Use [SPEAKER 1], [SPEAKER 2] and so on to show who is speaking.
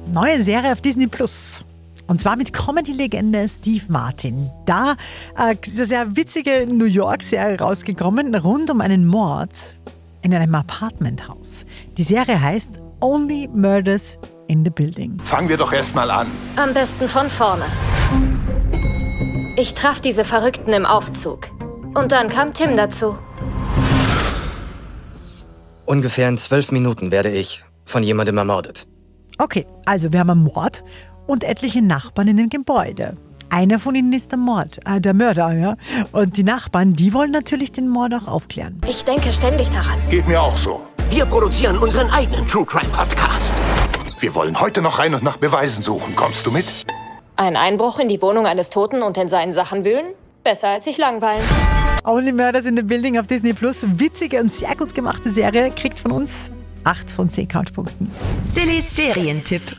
[SPEAKER 1] neue Serie auf Disney Plus. Und zwar mit Comedy-Legende Steve Martin. Da äh, ist eine sehr witzige New York-Serie rausgekommen, rund um einen Mord in einem Apartmenthaus. Die Serie heißt Only Murders in the Building.
[SPEAKER 2] Fangen wir doch erstmal an.
[SPEAKER 3] Am besten von vorne. Ich traf diese Verrückten im Aufzug. Und dann kam Tim dazu.
[SPEAKER 4] Ungefähr in zwölf Minuten werde ich von jemandem ermordet.
[SPEAKER 1] Okay, also wir haben einen Mord und etliche Nachbarn in dem Gebäude. Einer von ihnen ist der Mord, äh, der Mörder, ja. Und die Nachbarn, die wollen natürlich den Mord auch aufklären.
[SPEAKER 3] Ich denke ständig daran.
[SPEAKER 2] Geht mir auch so.
[SPEAKER 5] Wir produzieren unseren eigenen True Crime Podcast.
[SPEAKER 2] Wir wollen heute noch rein und nach Beweisen suchen. Kommst du mit?
[SPEAKER 3] Ein Einbruch in die Wohnung eines Toten und in seinen Sachen wühlen? Besser als sich langweilen.
[SPEAKER 1] Only Murders in the Building auf Disney Plus, witzige und sehr gut gemachte Serie, kriegt von uns 8 von 10 Couchpunkten.
[SPEAKER 6] Silly Serientipp.